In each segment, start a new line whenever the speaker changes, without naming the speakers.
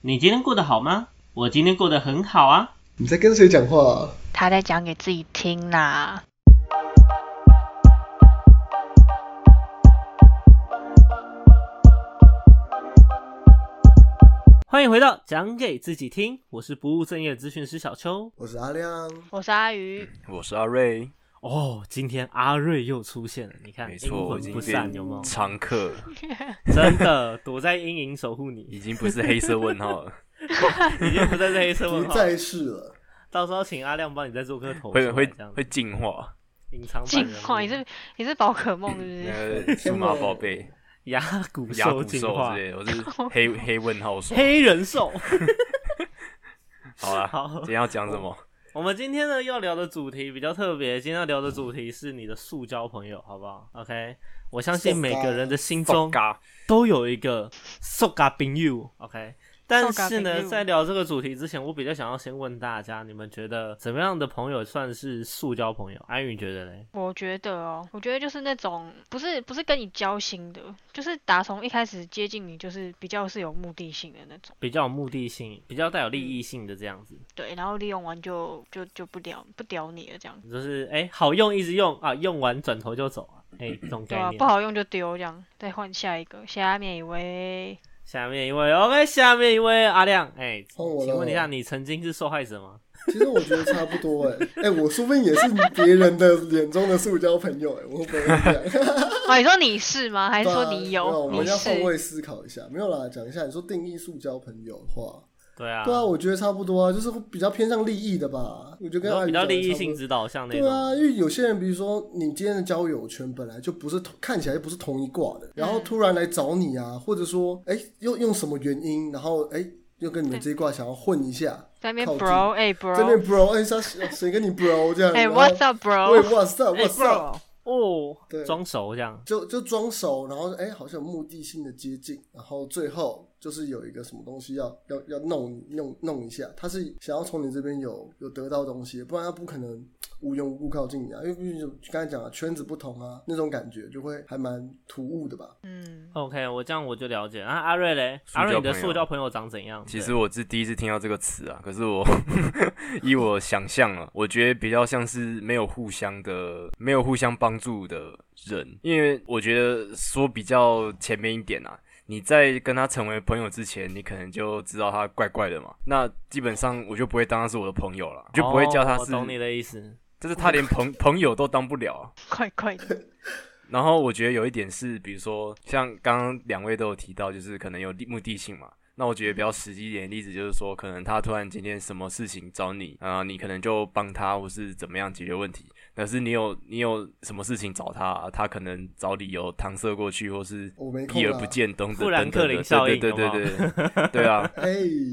你今天过得好吗？我今天过得很好啊。
你在跟谁讲话、啊？
他在讲给自己听啦。
欢迎回到讲给自己听，我是不务正业的咨询师小秋。
我是阿亮，
我是阿鱼，
嗯
我是阿瑞，
哦，今天阿瑞又出现了，你看
没
阴
错，我已
魂
经
不散，有没
变
有？
常客，
真的躲在阴影守护 你，
已经不是黑色问 号了，
已经不在这黑色
不
问号。
在世了。
到时候请阿亮帮你再做颗头出
会
来，
会
这样
会进化，
隐藏版
进
嗯
人物
化，你是你是宝可梦是不是？
呃，数码 宝贝、
牙骨
牙
兽
骨
进
兽
化
之，类的，我是黑黑问号兽。
黑人兽。
好啦，
好
今天要讲什么？
我们今天呢要聊的主题比较特别，今天要聊的主题是你的塑胶朋友，好不好？OK，我相信每个人的心中
嘎，
都有一个 “soga b i n you”。OK，但是
朋
呢，
友
在聊这个主题之前，我比较想要先问大家，你们觉得怎么样的朋友算是塑胶朋友？安云觉得呢？
我觉得哦，我觉得就是那种不是不是跟你交心的，就是打从一开始接近你，就是比较是有目的性的那种，
比较有目的性，比较带有利益性的这样子，
对，然后利用完就就就不屌不屌你了这样，
就是哎、好用一直用啊，用完转头就走啊，哎、这种
对
概
啊？
念。
不好用就丢这样，再换下一个，下面一位，
下面一位，OK，下面一位阿亮，哎、
换哦我了
请问一下，你曾经是受害者吗？
其实我觉得差不多哎、哎、我说不定也是别人的眼中的塑胶朋友哎、我不会讲。
啊，你说你是吗？还是说你
对啊那
有？
我
你
们要换
是？
位思考一下，没有啦，讲一下你说定义塑胶朋友的话，
对啊，
对啊，我觉得差不多啊，就是比较偏向利益的吧。我觉得
你
跟
说
阿
哦比
宇
较
讲的
利益
差不
性
多
指导像那
对
种，
啊，因为有些人，比如说你今天的交友圈本来就不是同看起来不是同一挂的，然后突然来找你啊，或者说哎、又用什么原因，然后哎、又跟你们这一挂想要混一下，
在那边
靠近
bro，哎、
这边
bro，
bro 哎、他谁谁跟你 bro 这样？
哎、
然后
w h a t s up
喂
bro？
，what's
哎
up，what's up？
bro，哦
对，
装熟这样，
就就装熟，然后哎、好像有目的性的接近，然后最后就是有一个什么东西要要要弄你弄弄一下，他是想要从你这边有有得到东西，不然他不可能无缘无故靠近你啊，因为毕竟就刚才讲了圈子不同啊，那种感觉就会还蛮突兀的吧。
嗯，
OK，我这样我就了解。那、啊阿瑞嘞，
塑胶
阿瑞你的
朋友
塑胶朋友长怎样？
其
对
实我是第一次听到这个词啊，可是我 依我想象啊，我觉得比较像是没有互相的、没有互相帮助的人，因为我觉得说比较前面一点啊。你在跟他成为朋友之前，你可能就知道他怪怪的嘛。那基本上我就不会当他是我的朋友了，就不会叫他
哦我
是，
懂你的意思。
就是他连朋 朋友都当不了啊、
快快 的，
然后我觉得有一点是，比如说像刚刚两位都有提到，就是可能有目的性嘛。那我觉得比较实际一点的例子就是说，可能他突然今天什么事情找你，啊、你可能就帮他或是怎么样解决问题。但是你有你有什么事情找他，他可能找理由搪塞过去，或是
我没空
避而
啦
不见等等
富兰
等
克
等
林
的，
效应
对对对
有没
对对对，对啊，
哎、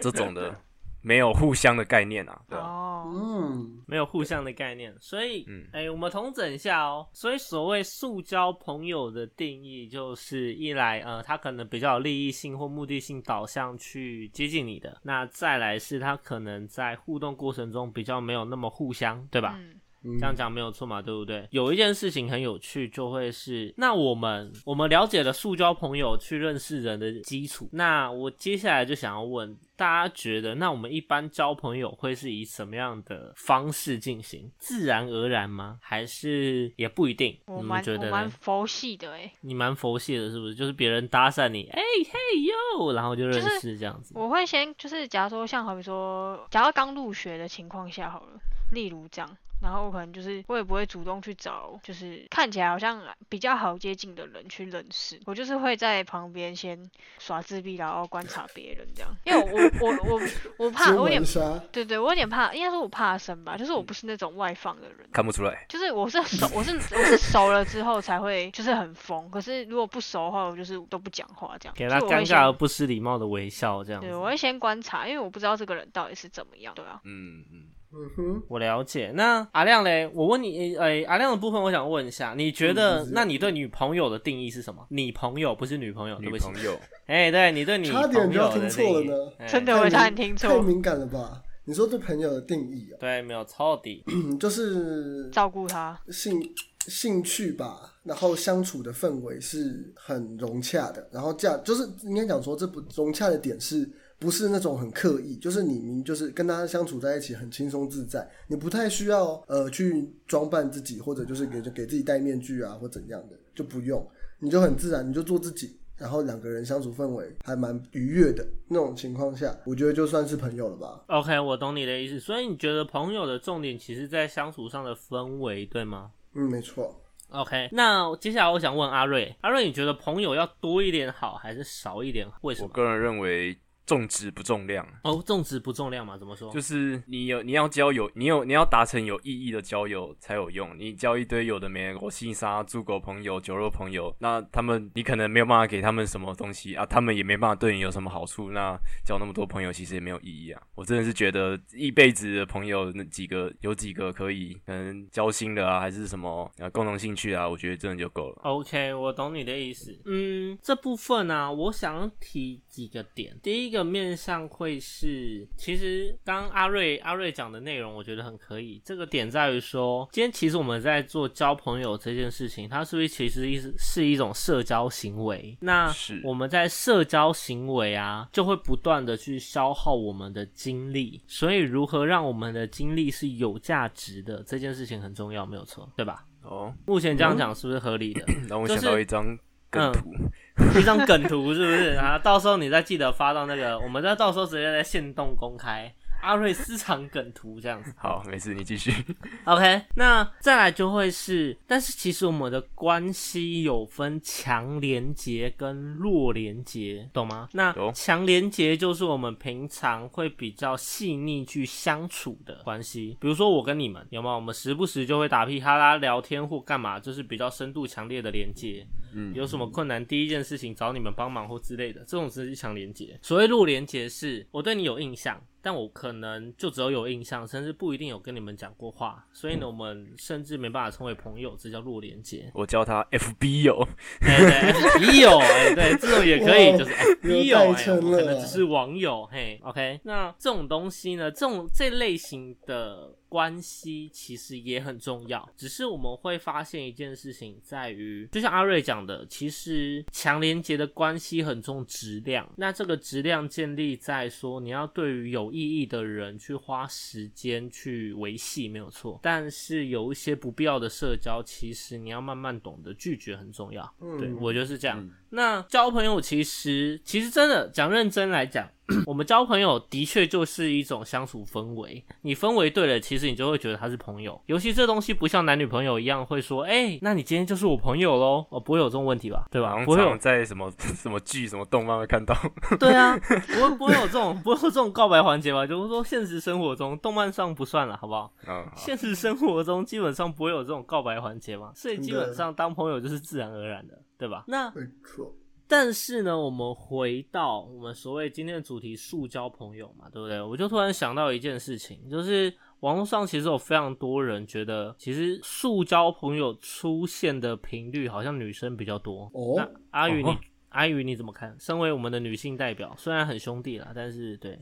这种的没有互相的概念啊，对啊，
哦，
嗯，
没有互相的概念，所以，
嗯
哎、我们统整一下哦。所以，所谓塑胶朋友的定义，就是一来，呃，他可能比较有利益性或目的性导向去接近你的；那再来是他可能在互动过程中比较没有那么互相，对吧？
嗯，
这样讲没有错嘛，对不对？有一件事情很有趣，就会是那我们我们了解了塑胶朋友去认识人的基础。那我接下来就想要问大家，觉得那我们一般交朋友会是以什么样的方式进行？自然而然吗？还是也不一定？
我
你
蛮
们觉
我
得
蛮
呢？
佛系的哎，
你蛮佛系的，是不是？就是别人搭讪你，哎嘿哟，然后就认
就是
识这样子。
我会先就是假如说像好比说，假如刚入学的情况下好了，例如这样。然后我可能就是我也不会主动去找，就是看起来好像比较好接近的人去认识，我就是会在旁边先耍自闭，然后观察别人这样，因为我我我我 我怕
接
我有点
吻杀，
对对，我有点怕，应该说我怕生吧，就是我不是那种外放的人，
看不出来。
就是我是熟，我是我是熟了之后才会就是很疯，可是如果不熟的话，我就是都不讲话这样，
给他
所以我会
尴尬而
先。
不失礼貌的微笑，这样子。
对，我会先观察，因为我不知道这个人到底是怎么样。对啊，
嗯嗯，
嗯哼，
我了解。那阿亮嘞，我问你，呃、阿亮的部分，我想问一下，你觉得，
嗯是
那你对女朋友的定义是什么？你朋友不是女朋友，对
女
不起。
朋友，
哎、对你对你
差点
朋
就要
友的
听错了
定义
呢
哎
真的我
太
也差点
敏
听
太
错，
敏感了吧？你说对朋友的定义啊，
对，没有抄底。
嗯，就是
照顾他。
兴兴趣吧，然后相处的氛围是很融洽的，然后价就是应该讲说这不融洽的点是不是那种很刻意，就是你明就是跟他相处在一起很轻松自在，你不太需要呃去装扮自己，或者就是给给自己戴面具啊或怎样的，就不用，你就很自然，你就做自己。然后两个人相处氛围还蛮愉悦的那种情况下，我觉得就算是朋友了吧。
OK，我懂你的意思。所以你觉得朋友的重点其实在相处上的氛围，对吗
嗯，没错。
？OK，那接下来我想问阿瑞，阿瑞，你觉得朋友要多一点好，还是少一点好？为什
我
么？
个人认为重质不重量，
哦，重质不重量嘛？怎么说？
就是你有你要交友，你有你要达成有意义的交友才有用。你交一堆有的没的，我信沙猪狗朋友、酒肉朋友，那他们你可能没有办法给他们什么东西啊，他们也没办法对你有什么好处。那交那么多朋友其实也没有意义啊。我真的是觉得一辈子的朋友那几个有几个可以可能交心的啊，还是什么啊共同兴趣啊，我觉得真的就够了。
OK，我懂你的意思。嗯，这部分呢、我想提几个点。第一个面向会是，其实刚刚阿瑞阿瑞讲的内容，我觉得很可以。这个点在于说，今天其实我们在做交朋友这件事情，它是不是其实一是一种社交行为？那
是
我们在社交行为啊，就会不断的去消耗我们的精力。所以，如何让我们的精力是有价值的，这件事情很重要，没有错，对吧？
哦，
目前这样讲是不是合理的？
让我
就
想到
是
一张梗
嗯
图，
一张梗图是不是？ 啊，到时候你再记得发到那个，我们再到时候直接在线动公开阿瑞私藏梗图这样子。
好，没事，你继续。
OK，那再来就会是，但是其实我们的关系有分强连结跟弱连结，懂吗？那
有。
强连结就是我们平常会比较细腻去相处的关系，比如说我跟你们有没有？我们时不时就会打屁哈啦聊天或干嘛，就是比较深度强烈的连接。有什么困难，第一件事情找你们帮忙或之类的，这种只是强连接。所谓弱连接是，我对你有印象，但我可能就只有有印象，甚至不一定有跟你们讲过话，所以呢，我们甚至没办法成为朋友，这叫弱连接
我叫他 FB 友。
哎、对，FB 友，哎，对，这种也可以，
哇
就是 FB 友，
有代
哎，
称
我们可
了
能只是网友，嘿，OK。那这种东西呢，这种这类型的关系其实也很重要，只是我们会发现一件事情，在于就像阿瑞讲的，其实强连接的关系很重质量。那这个质量建立在说你要对于有意义的人去花时间去维系，没有错。但是有一些不必要的社交，其实你要慢慢懂得拒绝很重要。
嗯
对我觉得是这样。
嗯
那交朋友其实其实真的讲认真来讲， 我们交朋友的确就是一种相处氛围。你氛围对了，其实你就会觉得他是朋友。尤其这东西不像男女朋友一样会说，哎、那你今天就是我朋友喽。哦，不会有这种问题吧？对
好
吧？
像
不会有
常在什么 什么剧、什么动漫会看 到。
对啊，不会不会有这种不会有这种告白环节吧？就是说现实生活中，动漫上不算了，好不好？
嗯，好
现实生活中基本上不会有这种告白环节嘛，所以基本上当朋友就是自然而然的，对吧？那
没错，
但是呢，我们回到我们所谓今天的主题——塑胶朋友嘛，对不对？我就突然想到一件事情，就是网络上其实有非常多人觉得，其实塑胶朋友出现的频率好像女生比较多。
哦
那阿宇你
哦。
阿宇，你怎么看？身为我们的女性代表，虽然很兄弟啦，但是对，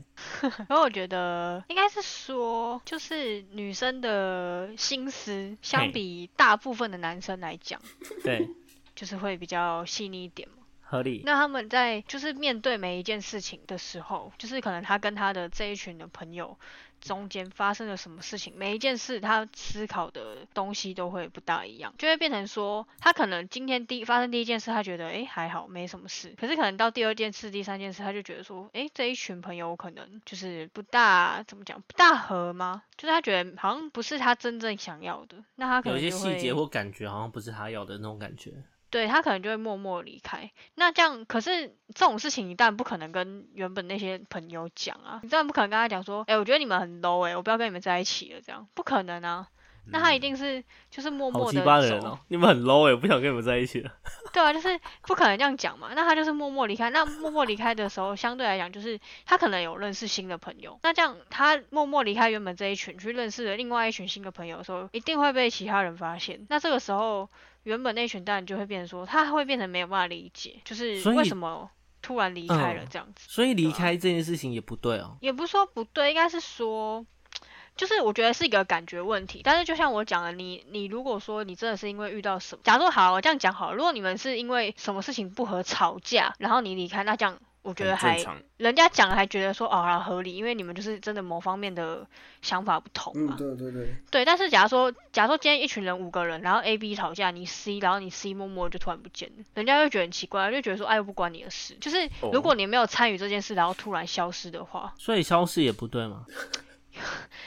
然后我觉得应该是说，就是女生的心思
嘿
相比大部分的男生来讲，
对，
就是会比较细腻一点嘛。
合理。
那他们在就是面对每一件事情的时候，就是可能他跟他的这一群的朋友中间发生了什么事情，每一件事他思考的东西都会不大一样，就会变成说他可能今天第一发生第一件事，他觉得诶还好没什么事，可是可能到第二件事、第三件事，他就觉得说诶这一群朋友可能就是不大怎么讲不大合吗？就是他觉得好像不是他真正想要的，那他可
有
能
一些
就
细节
会
或感觉好像不是他要的那种感觉。
对他可能就会默默离开。那这样，可是这种事情你当然不可能跟原本那些朋友讲啊，你当然不可能跟他讲说，哎、我觉得你们很 low 哎、我不要跟你们在一起了，这样不可能啊。那他一定是就是默
嗯好
默
鸡
的
巴的人哦、你们很 low 哎、不想跟你们在一起了。
对啊，就是不可能这样讲嘛。那他就是默默离开。那默默离开的时候，相对来讲，就是他可能有认识新的朋友。那这样，他默默离开原本这一群，去认识了另外一群新的朋友的时候，一定会被其他人发现。那这个时候，原本那群当然就会变成说，他会变成没有办法理解，就是
所以
为什么突然离开了
嗯
这样子。
所以离
对啊
开这件事情也不对哦、
也不是说不对，应该是说，就是我觉得是一个感觉问题。但是就像我讲的，你你如果说你真的是因为遇到什么，假如说好，我这样讲好了，如果你们是因为什么事情不和吵架，然后你离开，那这样我 觉
很
得还
正常。
人家讲了还觉得说哦，好啦合理，因为你们就是真的某方面的想法不同
嗯，
嘛。
对对对，
对，但是假如说，假如说今天一群人五个人，然后 A、B 吵架，你 C，然后你 C 默默就突然不见了，人家就觉得很奇怪，就觉得说，哎，又不关你的事。就是
哦
如果你没有参与这件事，然后突然消失的话，
所以消失也不对嘛。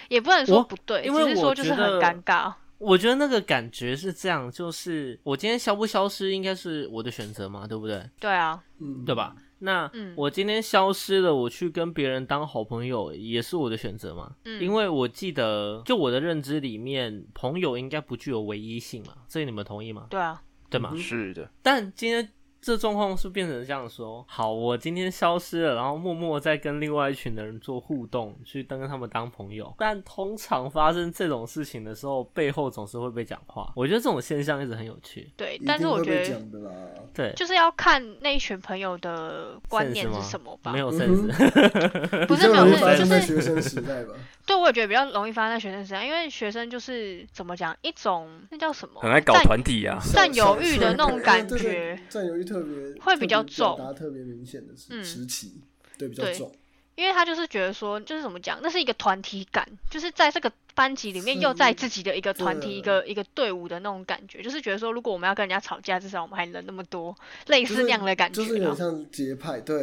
也不能说
我
不对，
因为
只是
我
说就是
觉
很
得
尴尬。
我觉得那个感觉是这样，就是我今天消不消失应该是我的选择嘛，对不对？
对啊，
嗯，
对吧？？那
嗯
我今天消失了，我去跟别人当好朋友也是我的选择嘛？
嗯
因为我记得，就我的认知里面，朋友应该不具有唯一性嘛，这你们同意吗？
对啊，
对吗？
是的，
但今天这状况是变成这样说：好，我今天消失了，然后默默在跟另外一群的人做互动，去跟他们当朋友。但通常发生这种事情的时候，背后总是会被讲话。我觉得这种现象一直很有趣。
对
一，
但是
定
我
会
觉
被
得
讲的啦。
对，
就是要看那一群朋友的观
sense
念
吗
是什么吧
没。有
嗯
sense，、
不是
比
没
较
有
容易
sense，
发生
就是
在学生时代 吧？
对，我也觉得比较容易发生在学生身上，因为学生就是怎么讲，一种那叫什么？
很爱搞
占
团体啊。
占有欲的那种感
对对对
觉。
占有欲特别
会比较重
特别表达特别明显的时
嗯
时期，对比较
对
重，
因为他就是觉得说，就是怎么讲，那是一个团体感，就是在这个班级里面，
是
又在自己的一个团体、
对
一个一个队伍的那种感觉，就是觉得说，如果我们要跟人家吵架，至少我们还人那么多，类
就
似那样的感觉
就
啦。
是有点像节派，对，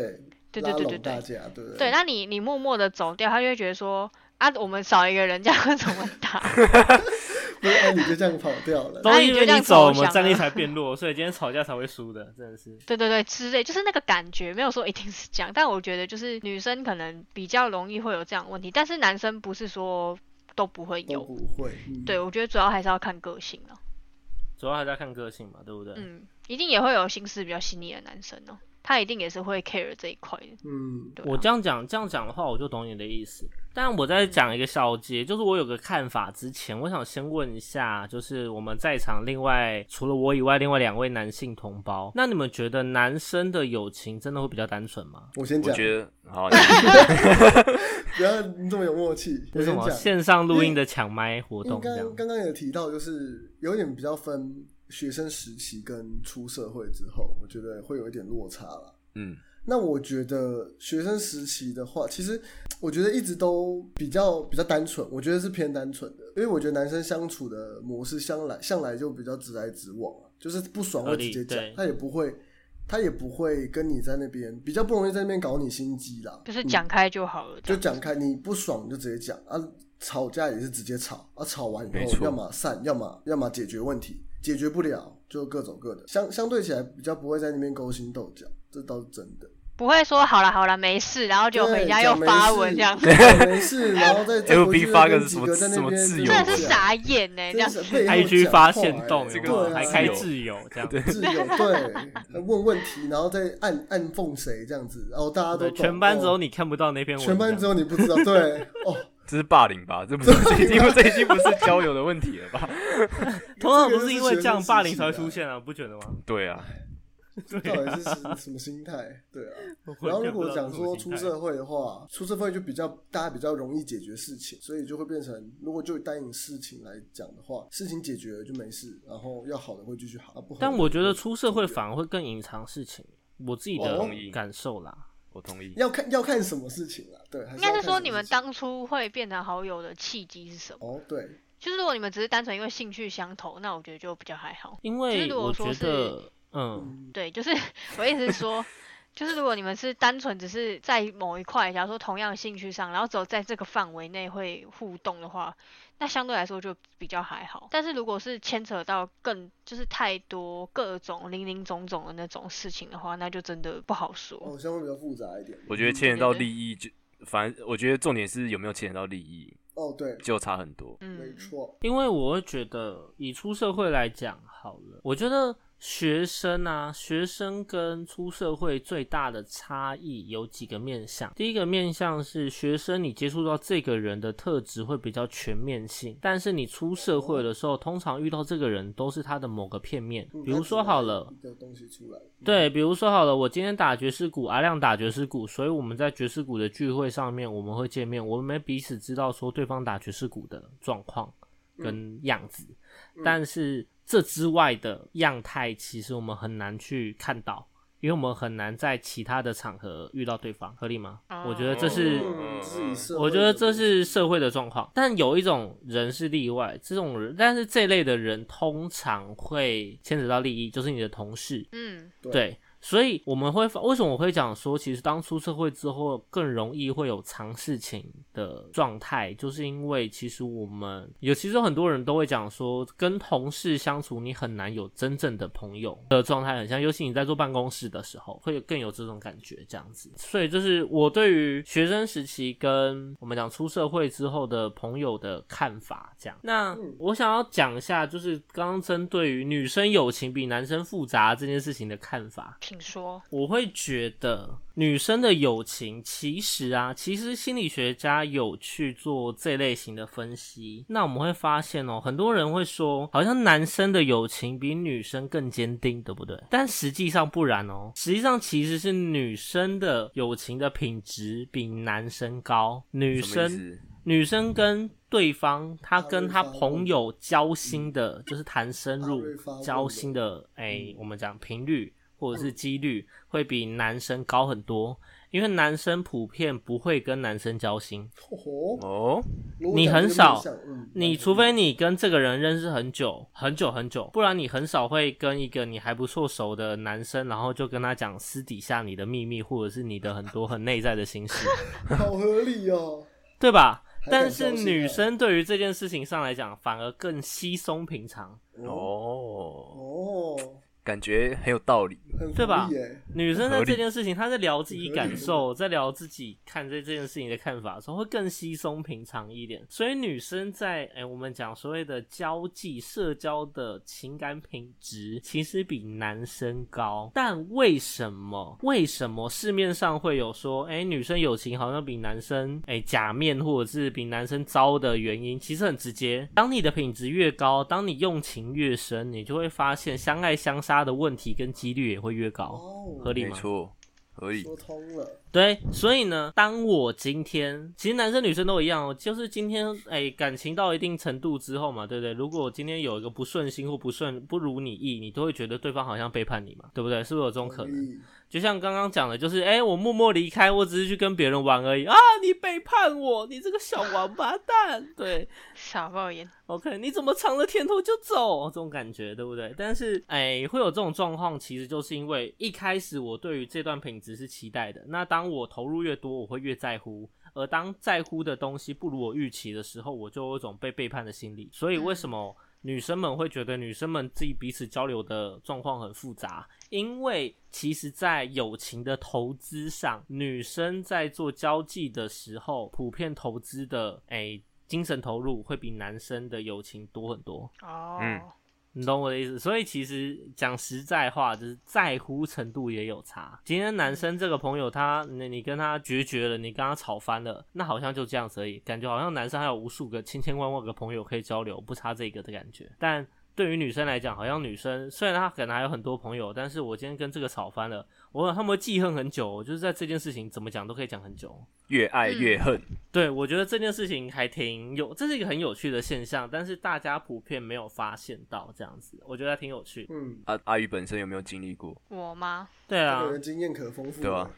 对对
拉
对对
拢大
对
家，对不
对，
对？
那你你默默的走掉，他就会觉得说，啊，我们少一个人，这样会怎么打？
对，那你就这样跑掉了，
那
都
你
因
就
为
这
你
样
走，我
投降
们战力
了
才变弱，所以今天吵架才会输的，真的是。
对对对，之类，就是那个感觉，没有说一定是这样，但我觉得就是女生可能比较容易会有这样的问题，但是男生不是说都不会
都
有。
不会，嗯
对，我觉得主要还是要看个性了。
主要还是要看个性嘛，对不对？
嗯，一定也会有心思比较细腻的男生哦，他一定也是会 care 这一块的。
嗯，
对、啊，
我这样讲，这样讲的话，我就懂你的意思。但我在讲一个小结，就是我有个看法之前，我想先问一下，就是我们在场另外除了我以外，另外两位男性同胞，那你们觉得男生的友情真的会比较单纯吗？
我先
我
讲，
觉得好，
不要这么有默契，我
是什
先
么
讲。
线上录音的抢麦活
应
动这
该
样？
刚刚有提到，就是有点比较分学生时期跟出社会之后，我觉得会有一点落差啦。
嗯，
那我觉得学生时期的话，其实我觉得一直都比较比较单纯，我觉得是偏单纯的，因为我觉得男生相处的模式向来向来就比较直来直往啊，就是不爽会直接讲
合理对，
他也不会他也不会跟你在那边比较不容易在那边搞你心机啦，
就是
嗯
讲开就好了。这
就讲
样
开，你不爽你就直接讲啊，吵架也是直接吵啊，吵完以
没
后
错
要么散，要么要么解决问题，解决不了就各走各的，相相对起来比较不会在那边勾心斗角，这倒是真的。啊
不会说好了好了没事，然后就回家又
讲
发文这样，
没事，讲没事，然后再再
FB
回去
发个
跟几
什么
个在那边
什么自
就
由
真
有
的
文
是傻眼呢、这
真
样。
是背后
IG 发现
动
动，
这个
对啊，
还开
有
自由这样，
自由对， 问问题，然后再暗暗讽谁这样子，然后大家都
对，
懂
全班只有
哦
你看不到那篇文章，
全班只有你不知道，对 哦，
这是霸凌吧？这 不是，这已经这已经不是交友的问题了吧？
通常
这
不
个
是
是
因为这样
学生时期
霸凌才会
啊
出现啊，不觉得吗？
对啊，
到底是什么心态？对啊。然后如果讲说出
社。
社会的话，出社会就比较大家比较容易解决事情，所以就会变成，如果就单以事情来讲的话，事情解决了就没事，然后要好的会继续好，啊、不好的
但我觉得出社会
就
反而会更隐藏事情，我自己
我
的
同意
感受啦。
我同意。
要看要看什么事情了，对，还
应
要
该是
看
说
什么
你们
事情
当初会变成好友的契机是什么？
哦对，
就是如果你们只是单纯因为兴趣相投，那我觉得就比较还好。
因
就是
为
如果
我
说
觉得，嗯，
嗯
对，就是 我意思是说，就是如果你们是单纯只是在某一块，假如说同样的兴趣上，然后只有在这个范围内会互动的话，那相对来说就比较还好。但是如果是牵扯到更就是太多各种零零总总的那种事情的话，那就真的不好说。
哦，相对比较复杂一点。
我觉得牵
切
扯到利益就，反正我觉得重点是有没有牵扯到利益，
哦对，
就差很多。
没
嗯，
错，
因为我会觉得以出社会来讲好了，我觉得学生啊，学生跟出社会最大的差异有几个面向。第一个面向是学生，你接触到这个人的特质会比较全面性，但是你出社会的时候，通常遇到这个人都是他的某个片面
嗯，
比如说好了。，
它只拿一个东西出来，嗯，
对，比如说好了，我今天打爵士鼓，阿亮打爵士鼓，所以我们在爵士鼓的聚会上面我们会见面，我们彼此知道说对方打爵士鼓的状况跟样子，
嗯
但是这之外的样态，其实我们很难去看到。因为我们很难在其他的场合遇到对方，合理吗？
哦
我觉得这是
嗯，自己社会
我觉得这
的
是社会的状况，但有一种人是例外，这种人，但是这类的人通常会牵扯到利益，就是你的同事，
嗯，
对
对。所以我们会发，为什么我会讲说，其实当出社会之后更容易会有藏事情的状态，就是因为其实我们有，其实有很多人都会讲说，跟同事相处你很难有真正的朋友的状态，很像，尤其你在做办公室的时候，会更有这种感觉这样子。所以就是我对于学生时期跟我们讲出社会之后的朋友的看法，这样。那
嗯
我想要讲一下，就是刚刚针对于女生友情比男生复杂这件事情的看法。
请说。
我会觉得女生的友情，其实啊，其实心理学家有去做这类型的分析。那我们会发现哦，很多人会说，好像男生的友情比女生更坚定，对不对？但实际上不然哦，实际上其实是女生的友情的品质比男生高，女
什么
生
意思？
女生跟对方，她跟她
发瑞发问
朋友交心的，就是谈深入
发瑞发问的
交心的，哎、我们讲频率或者是几率会比男生高很多，因为男生普遍不会跟男生交心，
哦，
哦，
如果
你
讲
很
这个
少
面向，嗯
你除非你跟这个人认识很久很久很久，不然你很少会跟一个你还不错熟的男生，然后就跟他讲私底下你的秘密或者是你的很多很内在的心事。
好合理哦，
对吧
还？敢
但是
相信
女
啊
生对于这件事情上来讲，反而更稀松平常。
哦
哦，
哦，
感觉很有道理。
很
对吧
合理耶
女生
合
在
理
这件事情，她在聊自己
合理
感受，在聊自己看这这件事情的看法的时候，会更稀松平常一点。所以女生在哎、我们讲所谓的交际、社交的情感品质，其实比男生高。但为什么？为什么市面上会有说哎、女生友情好像比男生哎、假面，或者是比男生糟的原因？其实很直接，当你的品质越高，当你用情越深，你就会发现相爱相杀的问题跟几率也会越高。
哦，
合理
没
吗？
错，合理。
说通了，
对，所以呢，当我今天其实男生女生都一样哦，就是今天哎感情到一定程度之后嘛，对不对？如果我今天有一个不顺心或不顺不如你意，你都会觉得对方好像背叛你嘛，对不对？是不是有这种可
同
能？
意
就像刚刚讲的，就是哎我默默离开，我只是去跟别人玩而已啊，你背叛我，你这个小王八蛋，对。
傻爆眼，
OK，你怎么尝了甜头就走？这种感觉，对不对？但是，哎，会有这种状况，其实就是因为一开始我对于这段品质是期待的。那当我投入越多，我会越在乎。而当在乎的东西不如我预期的时候，我就有一种被背叛的心理。所以，为什么女生们会觉得女生们自己彼此交流的状况很复杂？因为其实，在友情的投资上，女生在做交际的时候，普遍投资的诶、精神投入会比男生的友情多很多。
哦，
嗯
你懂我的意思，所以其实讲实在话，就是在乎程度也有差。今天男生这个朋友他，你你跟他决绝了，你跟他吵翻了，那好像就这样子而已，感觉好像男生还有无数个、千千万万个朋友可以交流，不差这个的感觉。但对于女生来讲，好像女生虽然她可能还有很多朋友，但是我今天跟这个吵翻了，我他们会记恨很久哦，就是在这件事情怎么讲都可以讲很久。
越爱越恨，
对，我觉得这件事情还挺有，这是一个很有趣的现象，但是大家普遍没有发现到这样子，我觉得还挺有趣。
嗯，
阿啊阿宇本身有没有经历过？
我吗？
对啊
这个，人经验可丰富了，
对啊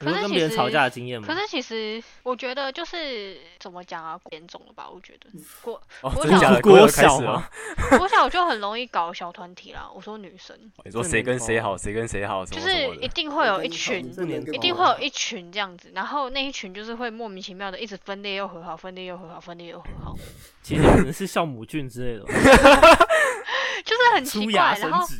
你会跟别人吵架的经
嗯
验吗
可？是其实我觉得就是怎么讲啊，严重了吧？我 觉得国
哦，
国
真的假的？
国
要开
小
始了
吗。
国小就很容易搞小团体啦。我说女生
你说谁跟谁好，谁跟谁哦好，什
就
么什
是
么
一
的。
定会有一
我跟
群
你说，你不能跟
一
我
定会有一群这样子，然后那一群就是会莫名其妙的一直分裂又和好，分裂又和好， 分裂又和好，
其实可能是酵母菌之类的吧，
就是很奇
出
怪
芽。
然
生
后
殖。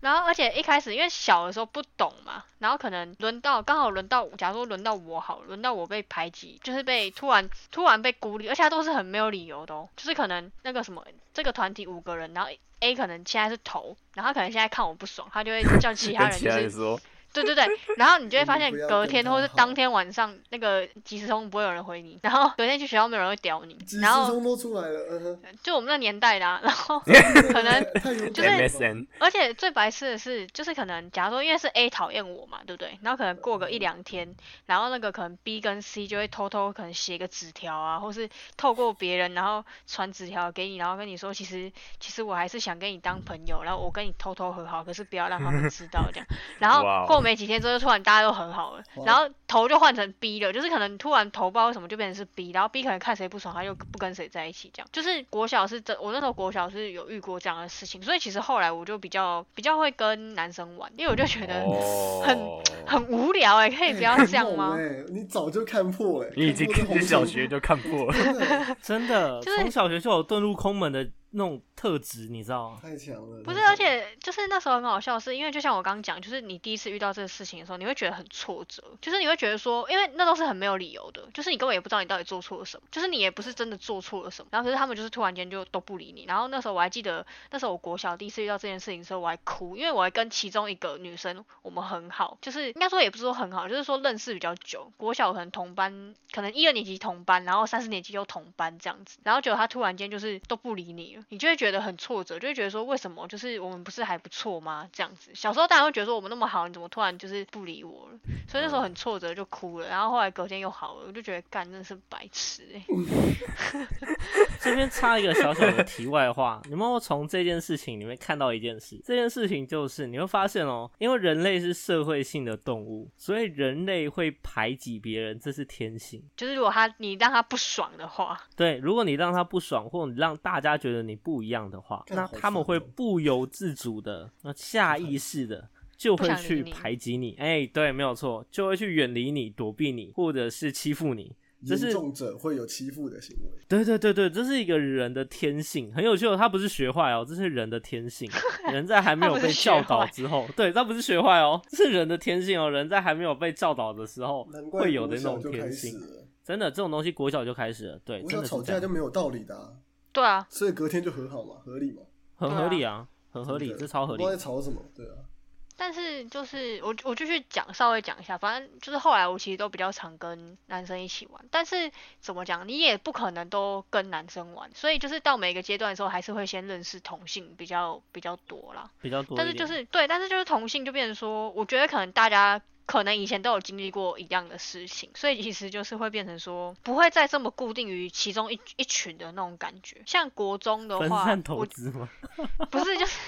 然后，而且一开始因为小的时候不懂嘛，然后可能轮到刚好轮到，假如说轮到我好了，轮到我被排挤，就是被突然突然被孤立，而且他都是很没有理由的哦，就是可能那个什么这个团体五个人，然后 A 可能现在是头，然后他可能现在看我不爽，他就会叫其他
跟
人
其
就
他人
是
说，
对对对，然后你就会发现
我们不要
隔
跟
天
他
或是
好
当天晚上那个即时通不会有人回你，然后隔天去学校没有人会屌你
即，时
然后
通都出来了，嗯哼，
就我们那年代啦、然后 可能
太有
就是
MSN
而且最白痴的是，就是可能假如说因为是 A 讨厌我嘛，对不对？然后可能过个一两
嗯
天，然后那个可能 B 跟 C 就会偷偷可能写个纸条啊，或是透过别人然后传纸条给你，然后跟你说其实其实我还是想跟你当朋友，然后我跟你偷偷和好，可是不要让他们知道这样。然
哇
后
哦
过没几天之后，突然大家都和好了，
哇
然后头就换成 B 了，就是可能突然头不知道为什么就变成是 B，然后 B 可能看谁不爽，他就不跟谁在一起这样。就是国小是真，我那时候国小是有遇过这样的事情，所以其实后来我就比较比较会跟男生玩，因为我就觉得
哦，
很无聊哎、可以不要这样吗？
哎，你早就看破了，
你已经
看破这
你
红
小
线
学就看破 了，
真的
真的，
就是
从小学就有遁入空门的那种特质，你知道吗？
太强了。
不是，
真的
而且就是那时候很好笑的是，因为就像我刚刚讲，就是你第一次遇到这个事情的时候，你会觉得很挫折，就是你会觉得说，因为那都是很没有理由的，就是你根本也不知道你到底做错了什么，就是你也不是真的做错了什么，然后可是他们就是突然间就都不理你。然后那时候我还记得，那时候我国小第一次遇到这件事情的时候，我还哭，因为我还跟其中一个女生我们很好，就是应该说也不是说很好，就是说认识比较久，国小可能同班，可能一二年级同班，然后三四年级又同班这样子，然后结果她突然间就是都不理你了，你就会觉得很挫折，就会觉得说为什么就是我们不是还不错吗？这样子，小时候当然会觉得说我们那么好，你怎么突然就是不理我了？所以那时候很挫折，就哭了，然后后来隔天又好了，我就觉得干真的是白痴欸
这边插一个小小的题外话，你们有没有从这件事情里面看到一件事？这件事情就是你会发现哦，因为人类是社会性的动物，所以人类会排挤别人，这是天性。
就是如果他你让他不爽的话，
对，如果你让他不爽，或你让大家觉得你不一样的话，
干
那
好
他们
烦
会
哦
不由自主的、那下意识的就
不
会
想理
去
你
排挤你。哎、对，没有错，就会去远离你、躲避你，或者是欺负你。这是
严重者会有欺负的行为，
对对对对，这是一个人的天性，很有趣哦。他不是学坏哦，这是人的天 性。人在还没有
他不
被
是
教
学
导
坏
之后，对，他不是学坏哦，这是人的天性哦。人在还没有被教导的时候
难，怪
会有的
国
那
小
种
就开
天
始
性。
了。
真的，这种东西国小就开始了，对，
我
真
想
的
吵
是这
架
样
就，没有道理的啊，
对啊，
所以隔天就和好嘛，合理嘛，
很
对
合
啊
理啊，很合理，
真的
这超合理
不知道在吵什么，对啊，
但是就是我我继续讲，稍微讲一下，反正就是后来我其实都比较常跟男生一起玩，但是怎么讲，你也不可能都跟男生玩，所以就是到每个阶段的时候，还是会先认识同性比较比较多啦。
比较多一
但
点。
是就是对，但是就是同性就变成说，我觉得可能大家可能以前都有经历过一样的事情，所以其实就是会变成说，不会再这么固定于其中一一群的那种感觉。像国中的
分
话
散，投
我
资嘛，
不是就是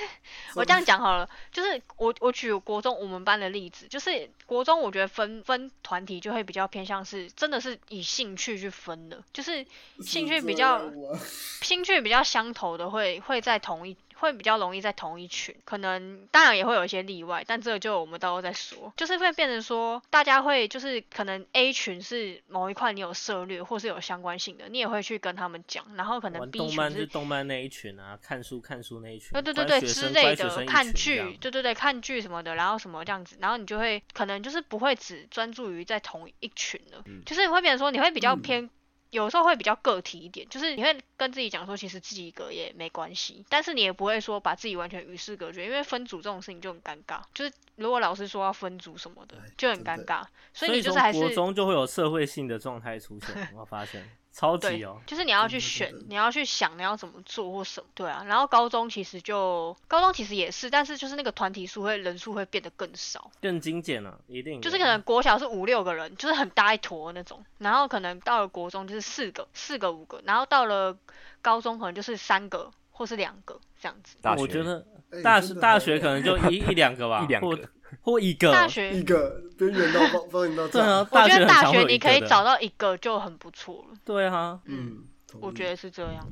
我这样讲好了，就是我我举国中我们班的例子，就是国中我觉得分分团体就会比较偏向是真的是以兴趣去分的，就是兴趣比较
是这样啊吗
兴趣比较相投的会会在同一。会比较容易在同一群，可能当然也会有一些例外，但这个就我们到时候再说。就是会变成说，大家会就是可能 A 群是某一块你有涉略或是有相关性的，你也会去跟他们讲，然后可能
玩
B
动
群
漫
是
就动漫那一群啊，看书看书那一群，
对对对
乖
对
学
之
生
类
乖学
的，
生一
看
群这样
剧，对对对，看剧什么的，然后什么这样子，然后你就会可能就是不会只专注于在同一群了，
嗯
就是会变成说你会比较偏。有时候会比较个体一点，就是你会跟自己讲说，其实自己一个也没关系，但是你也不会说把自己完全与世隔绝，因为分组这种事情就很尴尬。就是如果老师说要分组什么的
哎，
就很
真
尴
的
尬，所
所
以你就是
从
还是
国中就会有社会性的状态出 现，我发现超
对
级哦，，
就是你要
真
去
的
选
真的，
你要去想你要怎么做或什么，对啊。然后高中其实就高中其实也是，但是就是那个团体数会人数会变得更少，
更精简了、一定
就是
的
可能国小是五六个人，就是很大一坨那种，然后可能到了国中就是四个、四个五个，然后到了高中可能就是三个或是两个这样子。
大
我
学
觉得
哎
大
真
学
的
大
好
学可能就一一两 个吧，
一两
或
个
或一个。
大
一
学，
个边缘到帮帮你到
对啊
炸，，
我
嗯学
觉
很
得大
常会
学
有一
你
个
可以
的
找到一个就很不错了，
对啊，
嗯，同意
我觉得是这样。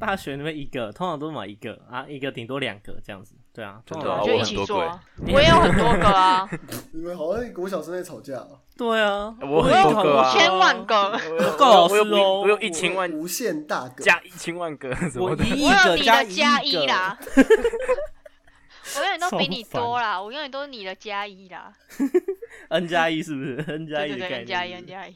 大学里面一个通常都买一个啊，一个顶多两个这样子。对啊，
真
通
的
常
啊
都
就
我
一
买
很
起
多
做
个
嗯啊，我也有很多个啊，
你们好像国小生在吵架啊，
对啊，
我很
也
多
考
个
过
啊
啊
千万个。
我
告老
我有
师哦
我有一千万
无限大个，
加一千万个 什
我
么的，
一亿
我有
个
你
加
的
一
加
亿
一
个
啦， 我永远都比你多啦，我永远都是你的加一啦，
，n 加一是不是 n 加
对
一
对
的
对
概
，n 加一
念
n 加一，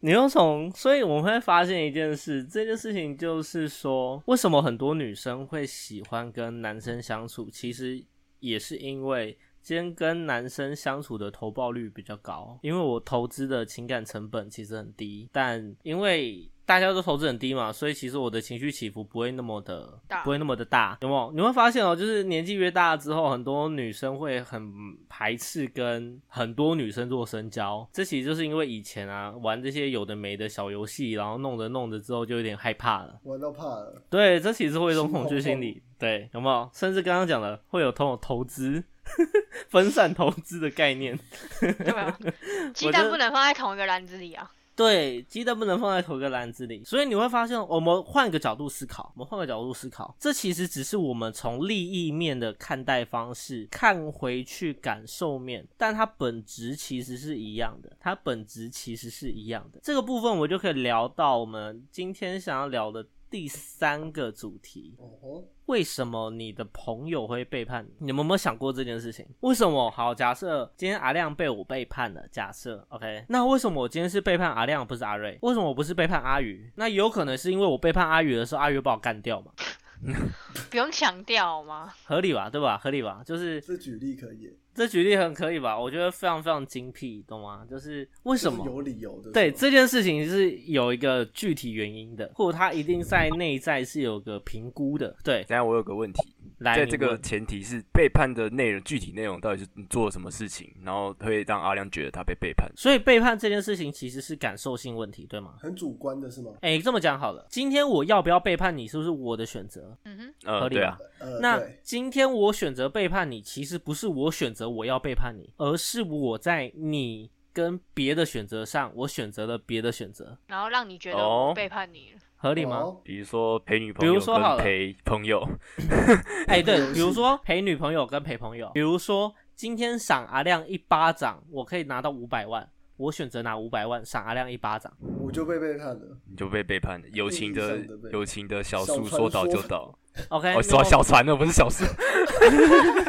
你又从，所以我们会发现一件事，这件事情就是说，为什么很多女生会喜欢跟男生相处，其实也是因为。今天跟男生相处的投报率比较高，因为我投资的情感成本其实很低，但因为大家都投资很低嘛，所以其实我的情绪起伏不会那么的
大
不会那么的大，有没有？你会发现哦，就是年纪越大之后，很多女生会很排斥跟很多女生做深交，这其实就是因为以前啊玩这些有的没的小游戏，然后弄着弄着之后就有点害怕了。
玩到怕了。
对，这其实会有一种
心
恐惧
慌
心
慌
理，对，有没有？甚至刚刚讲的会有投投资、 分散投资的概念。
对啊，鸡
我
蛋
就
不能放在同一个篮子里啊。
对，鸡蛋不能放在同一个篮子里，所以你会发现，我们换个角度思考，我们换个角度思考，这其实只是我们从利益面的看待方式看回去感受面，但它本质其实是一样的，它本质其实是一样的。这个部分我就可以聊到我们今天想要聊的第三个主题，
哦吼，
为什么你的朋友会背叛你？你们有没有想过这件事情？为什么？好，假设今天阿亮被我背叛了，假设 OK，那为什么我今天是背叛阿亮，不是阿瑞？为什么我不是背叛阿宇？那有可能是因为我背叛阿宇的时候，阿宇把我干掉嘛？
不用强调吗？
合理吧，对吧？合理吧？就是
这举例可以，
这举例很可以吧？我觉得非常非常精辟，懂吗？就是为
为
什么？
有理由的？
对
是吧
这件事情是有一个具体原因的，或者他一定在内在是有个评估的。对，
等一下我有个问题，
来，
在
哎你
这个
问
前提是背叛的内容，具体内容到底是你做了什么事情，然后会让阿亮觉得他被背叛。
所以背叛这件事情其实是感受性问题，对吗？
很主观的是吗？
哎，这么讲好了，今天我要不要背叛你，是不是我的选择？
嗯哼，
合
呃，
理
对
吧
啊，
呃，
那
对
今天我选择背叛你，其实不是我选择我要背叛你，而是我在你跟别的选择上，我选择了别的选择，
然后让你觉得
哦
我背叛你了。
合理吗？
哦
比如说陪女朋
比
友
如说好
跟
了
陪朋友，
哎，
游
对，
戏
比如说陪女朋友跟陪朋友，比如说今天赏阿亮一巴掌，我可以拿到五百万，我选择拿五百万赏阿亮一巴掌。
我就被背叛 了。
你就被背叛了。友情
意
的
义上的背叛
友情的小
小
树
船
说倒就
说
倒，
OK，
哦，
那
说
么
小船呢，不是小树，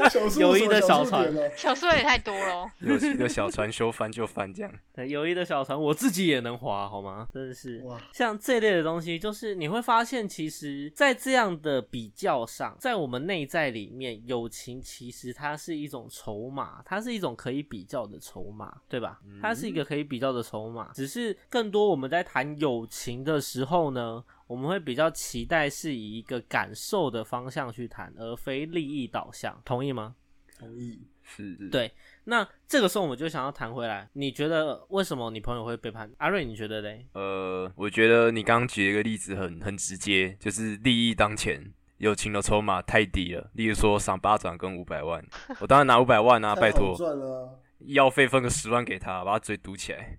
小数
友谊
什么
的小
小数点
船
呢
小说也太多了哦，
友情的小船说翻就翻这样。
对友谊的小船，我自己也能划，好吗？真的是
哦哇，
像这类的东西，就是你会发现，其实，在这样的比较上，在我们内在里面，友情其实它是一种筹码，它是一种可以比较的筹码，对吧？它是一个可以比较的筹码，只是更多我们在谈友情的时候呢。我们会比较期待是以一个感受的方向去谈，而非利益导向，同意吗？
同意。
是，是
对那这个时候我们就想要谈回来，你觉得为什么你朋友会背叛？阿瑞，你觉得嘞？
呃，我觉得你刚刚举了一个例子很很直接，就是利益当前，友情的筹码太低了。例如说赏巴掌跟五百 万，我当然拿五百 万啊，
太
拜
好
托，
赚了
医药费分个十万给他，把他嘴堵起来。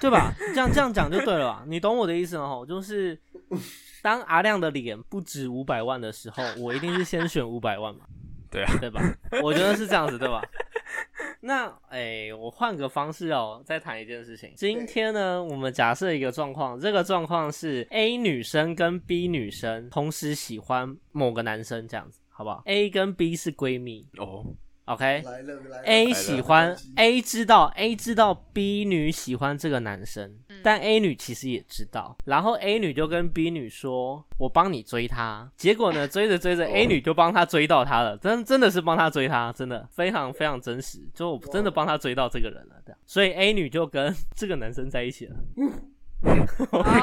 对吧？这样这样讲就对了吧？你懂我的意思哦，就是当阿亮的脸不值五百万的时候，我一定是先选五百万嘛，
对啊，
对吧？我觉得是这样子，对吧？那诶、我换个方式哦，再谈一件事情。今天呢，我们假设一个状况，这个状况是 A 女生跟 B 女生同时喜欢某个男生，这样子好不好？A 跟 B 是闺蜜
哦，
，OK？
来了来了哎
A 哎喜
嗯
欢 A 知道 A 知道 B 女喜欢这个男生，但 A 女其实也知道，然后 A 女就跟 B 女说：“我帮你追她。”结果呢，追着追着
哦
，A 女就帮他追到他了，真真的是帮他追他，真的非常非常真实，就我真的帮他追到这个人了，这样，所以 A 女就跟这个男生在一起了。
哦
OK，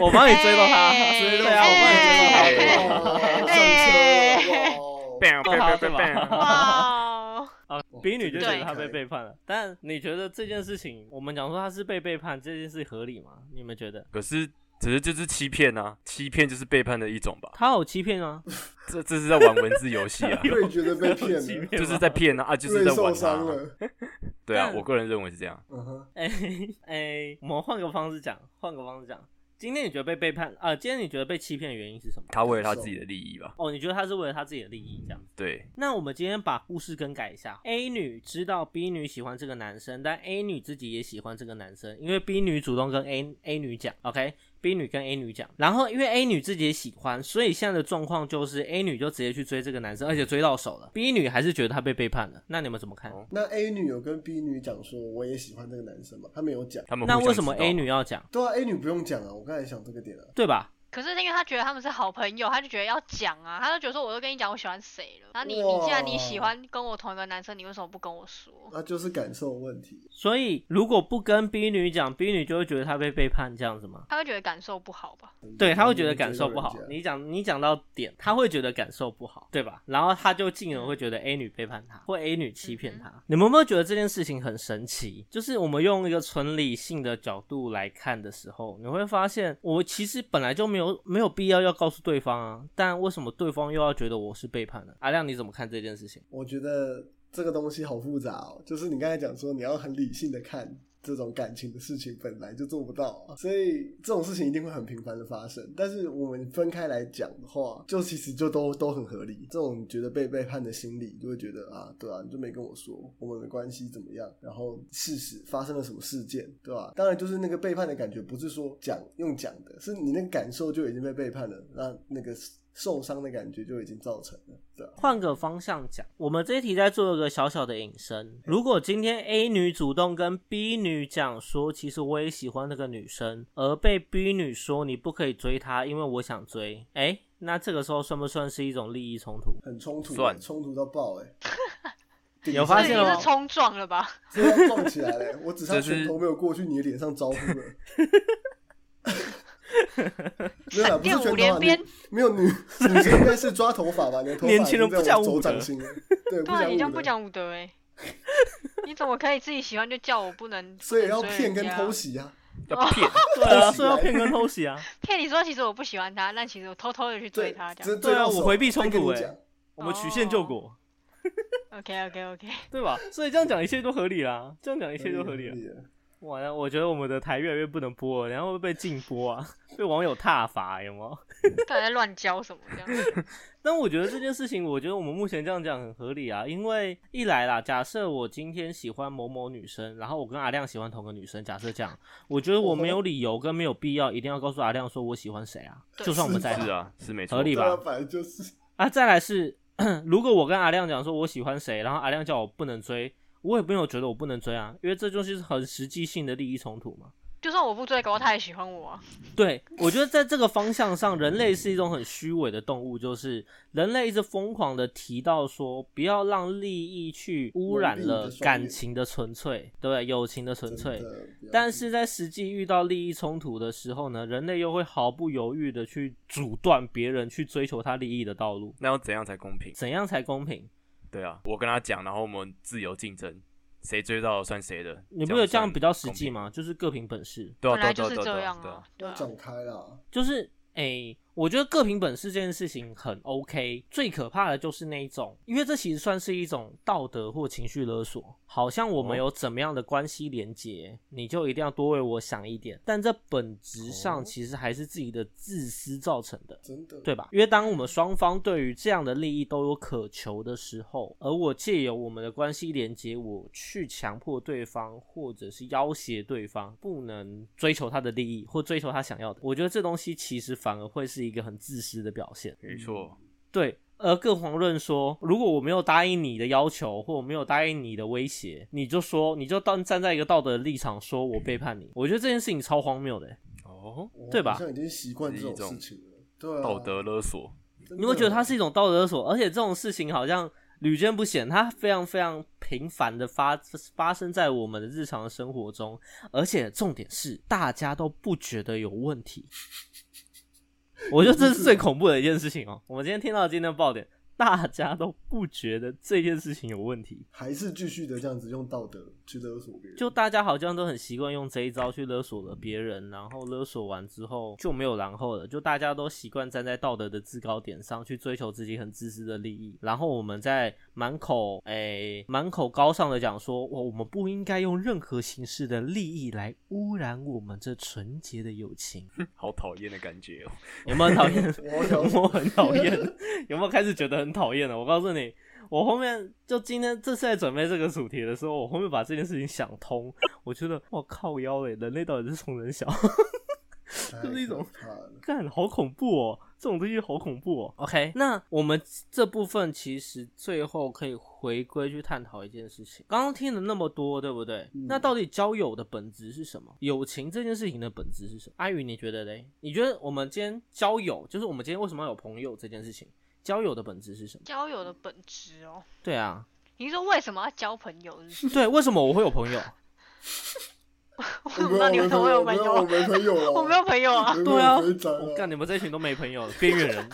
我帮你追到他，
哎
追
追
到
到
对啊，我帮你追到他。
哇上
哎
车了哇
变
不好是吧
哦哇哦，
啊，B 女就觉得她被
对
背叛了，但你觉得这件事情，我们讲说她是被背叛这件事合理吗？你们觉得？
可是，只是就是欺骗啊，欺骗就是背叛的一种吧？
他有欺骗啊，，
这这是在玩文字游戏啊
瑞觉得被 骗
他有欺
了，
骗
就
吗
是在骗啊，啊 就是
瑞
在
受
玩
伤
啊。
了。
对啊，
但
我个人认为是这样。
嗯哼，
哎哎，我们换个方式讲，换个方式讲。今天你觉得被背叛啊、呃今天你觉得被欺骗的原因是什么？
他为了他自己的利益吧，
哦，你觉得他是为了他自己的利益这样子？
对，
那我们今天把故事更改一下，A 女知道 B 女喜欢这个男生，但 A 女自己也喜欢这个男生，因为 B 女主动跟 A A 女讲，OK，B 女跟 A 女讲，然后因为 A 女自己也喜欢，所以现在的状况就是 A 女就直接去追这个男生，而且追到手了，B 女还是觉得她被背叛了，那你们怎么看？
哦
那 A 女有跟 B 女讲说我也喜欢这个男生嘛？她没有讲。
他们
那
互相
为什么
知道
A 女要讲？
对啊，A 女不用讲啊，我刚才想这个点啊。
对吧？
可是因为他觉得他们是好朋友，他就觉得要讲啊，他就觉得说我都跟你讲我喜欢谁了，然后你你既然你喜欢跟我同一个男生，你为什么不跟我说？
那就是感受问题。
所以如果不跟 B 女讲，B 女就会觉得她被背叛，这样子吗？
他会觉得感受不好吧？
对，她会
你
觉得
追
感受
到
不好
人。家
你讲你讲到点，她会觉得感受不好，对吧？然后她就进而会觉得 A 女背叛她，或 A 女欺骗她。你们有没有觉得这件事情很神奇？就是我们用一个纯理性的角度来看的时候，你会发现，我其实本来就没有没有必要要告诉对方啊，但为什么对方又要觉得我是背叛呢？阿亮，你怎么看这件事情？
我觉得这个东西好复杂哦，就是你刚才讲说你要很理性的看这种感情的事情，本来就做不到啊，所以这种事情一定会很频繁的发生。但是我们分开来讲的话，就其实就都都很合理。这种觉得被背叛的心理，就会觉得啊，对啊，你就没跟我说，我们的关系怎么样，然后事实发生了什么事件，对吧、当然就是那个背叛的感觉，不是说讲用讲的，是你那个感受就已经被背叛了，那那个受伤的感觉就已经造成了，对吧、
换个方向讲，我们这一题再做一个小小的引申。如果今天 A 女主动跟 B 女讲说，其实我也喜欢那个女生，而被 B 女说你不可以追她，因为我想追，哎、那这个时候算不算是一种利益冲 突？
很冲突
算，
冲突到爆 哎、欸！
有发
这已
现
经
了
是
吗
冲撞了吧？
直接撞起来了、欸我只差
这是
拳头没有过去你的脸上招呼 了。没有啦，
闪
不是
电
拳
五
头、啊
连鞭
你，没 有女女生应该是抓头发吧？你的头发
年轻人
已经
不
在
讲
我
武
手掌
德
心 了，对，不
对啊，
讲
你
武
这样不
德，
讲武德哎、你怎么可以自己喜欢就叫我 不能？
所以
不
要
能追
骗
人
跟
家
偷袭啊！
要 骗，
对啊，
偷袭
所以要骗跟偷袭啊。
骗你说其实我不喜欢他，但其实我偷偷的去追
对
他，这
这
样。
对
对啊我回避冲突欸
哎、讲
我们曲线救国，
OK OK OK，
对吧？所以这样讲一切都合理啦，这样讲一切都合理
合
了。
理了
哇，那我觉得我们的台越来越不能播了，然后会被禁播啊，被网友踏伐，有吗？
到底在乱教什么这样？
但我觉得这件事情，我觉得我们目前这样讲很合理啊，因为一来啦，假设我今天喜欢某某女生，然后我跟阿亮喜欢同个女生，假设这样，我觉得我
哦
没有理由跟没有必要一定要告诉阿亮说我喜欢谁啊，
对
就算我们在一起
是啊，是没错，
合理
对
吧
啊，反正就是
啊，再来是，如果我跟阿亮讲说我喜欢谁，然后阿亮叫我不能追，我也没有觉得我不能追啊，因为这就是很实际性的利益冲突嘛。
就算我不追，搞不好他也喜欢我啊。
对，我觉得在这个方向上，人类是一种很虚伪的动物，就是人类一直疯狂的提到说，不要让利益去污染了感情的纯粹，对不对友情的纯粹
真。的不要
但是在实际遇到利益冲突的时候呢，人类又会毫不犹豫的去阻断别人去追求他利益的道路。
那要怎样才公平？
怎样才公平？
对啊，我跟他讲，然后我们自由竞争，谁追到算谁的。
你不觉得这样
算
比较实际
公平？
吗？就是各凭本事。
对
本
啊，对啊
来
对
就
啊
是
对啊
这
对
样
啊，对啊，
对
要
啊。
讲开啦，
就是诶、我觉得各凭本事这件事情很 OK。最可怕的就是那一种，因为这其实算是一种道德或情绪勒索，好像我们
哦
有怎么样的关系连结，你就一定要多为我想一点。但这本质上
哦
其实还是自己的自私造成的。
真的
对吧？因为当我们双方对于这样的利益都有渴求的时候，而我借由我们的关系连接，我去强迫对方或者是要挟对方不能追求他的利益或追求他想要的，我觉得这东西其实反而会是一个很自私的表现。
没错，
对。而更遑论说，如果我没有答应你的要求，或我没有答应你的威胁，你就说，你就当站在一个道德的立场说我背叛你，我觉得这件事情超荒谬的、欸
哦，
我
对吧
好像已经习惯这
是一
种
种
事情了，对啊，
道德勒索，
真的，
你会觉得它是一种道德勒索，而且这种事情好像屡见不鲜，它非常非常频繁的发发生在我们的日常生活中，而且重点是大家都不觉得有问题。我觉得这是最恐怖的一件事情哦。我们今天听到今天的爆点，大家都不觉得这件事情有问题，
还是继续的这样子用道德去勒索别人，
就大家好像都很习惯用这一招去勒索了别人，然后勒索完之后就没有然后了，就大家都习惯站在道德的制高点上去追求自己很自私的利益，然后我们在满口诶、满口高尚的讲说，我我们不应该用任何形式的利益来污染我们这纯洁的友情，
好讨厌的感觉哦。
有没有很讨厌？有
我有
没有很讨厌？有没有开始觉得很讨厌了？我告诉你，我后面就今天这次在准备这个主题的时候，我后面把欸这件事情想通，我觉得我靠腰嘞，人类到底是从人小，这是一种
太可怕了
干，好恐怖哦！这种东西好恐怖哦。OK，那我们这部分其实最后可以回归去探讨一件事情。刚刚听了那么多，对不对？
嗯
那到底交友的本质是什么？友情这件事情的本质是什么？阿宇，你觉得嘞？你觉得我们今天交友，就是我们今天为什么要有朋友这件事情？交友的本质是什么？
交友的本质哦。
对啊，
你是说为什么要交朋友是不是？
对，为什么我会有朋友？
我
我
怎
没有
么知道你们都
我
会有
没
朋
有
友
我
啊？
没朋友了，
我没有朋友啊。
没有
对啊
没有朋友
我
了
干，你们这一群都没朋友，边缘人。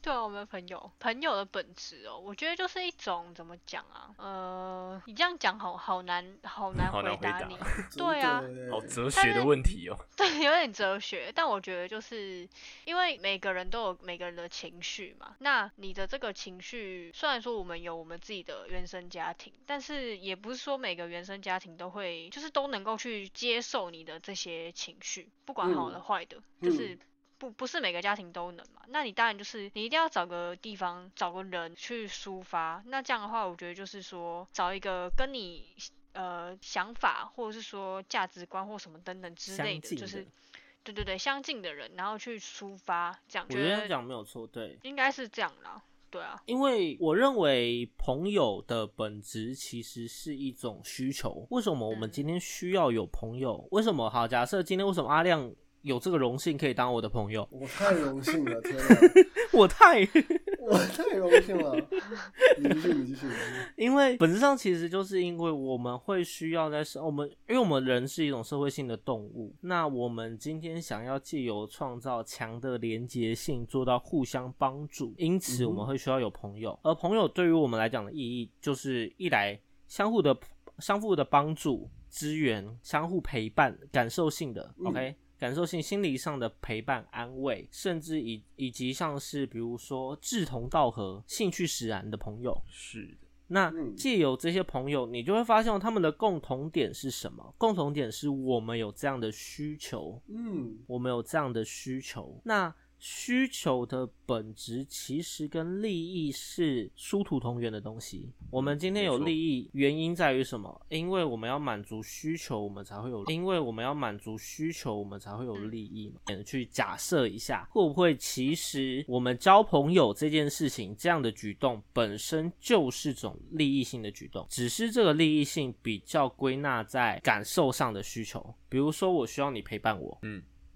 对啊，我们朋友，朋友的本质哦，我觉得就是一种怎么讲啊？呃，你这样讲好好难，好难
好难
回答
回答
你。
真
对啊
的耶
好哲学的问题哦、
对，有点哲学，但我觉得就是因为每个人都有每个人的情绪嘛。那你的这个情绪，虽然说我们有我们自己的原生家庭，但是也不是说每个原生家庭都会，就是都能够去接受你的这些情绪，不管好的
嗯
坏的，
嗯
就是。不不是每个家庭都能嘛，那你当然就是你一定要找个地方，找个人去抒发。那这样的话，我觉得就是说找一个跟你呃想法或者是说价值观或什么等等之
相
类的，
近
就
的
是对对对相近的人，然后去抒发这样，
我觉得他
得
讲没有错，对。
应该是这样啦。对啊，
因为我认为朋友的本质其实是一种需求。为什么我们
嗯
今天需要有朋友？为什么？好，假设今天为什么阿亮有这个荣幸可以当我的朋友？
我太荣幸了，天哪！
我太
我太荣幸了。你继续，你继续。你继续
因为本质上其实就是因为我们会需要在社我们，因为我们人是一种社会性的动物，那我们今天想要借由创造强的连结性，做到互相帮助，因此
嗯哼
我们会需要有朋友，而朋友对于我们来讲的意义就是一来相互的相互的帮助、支援、相互陪伴，感受性的、
嗯
o k 感受性、心理上的陪伴、安慰，甚至以以及像是比如说志同道合、兴趣使然的朋友，
是的，
那
嗯
借由这些朋友，你就会发现他们的共同点是什么？共同点是我们有这样的需求，
嗯，
我们有这样的需求。那需求的本质其实跟利益是殊途同源的东西。我们今天有
没错
利益，原因在于什么？因为我们要满足需求，我们才会有；因为我们要满足需求，我们才会有
嗯
利益嘛。嗯去假设一下，会不会其实我们交朋友这件事情，这样的举动本身就是种利益性的举动，只是这个利益性比较归纳在感受上的需求，比如说我需要你陪伴我，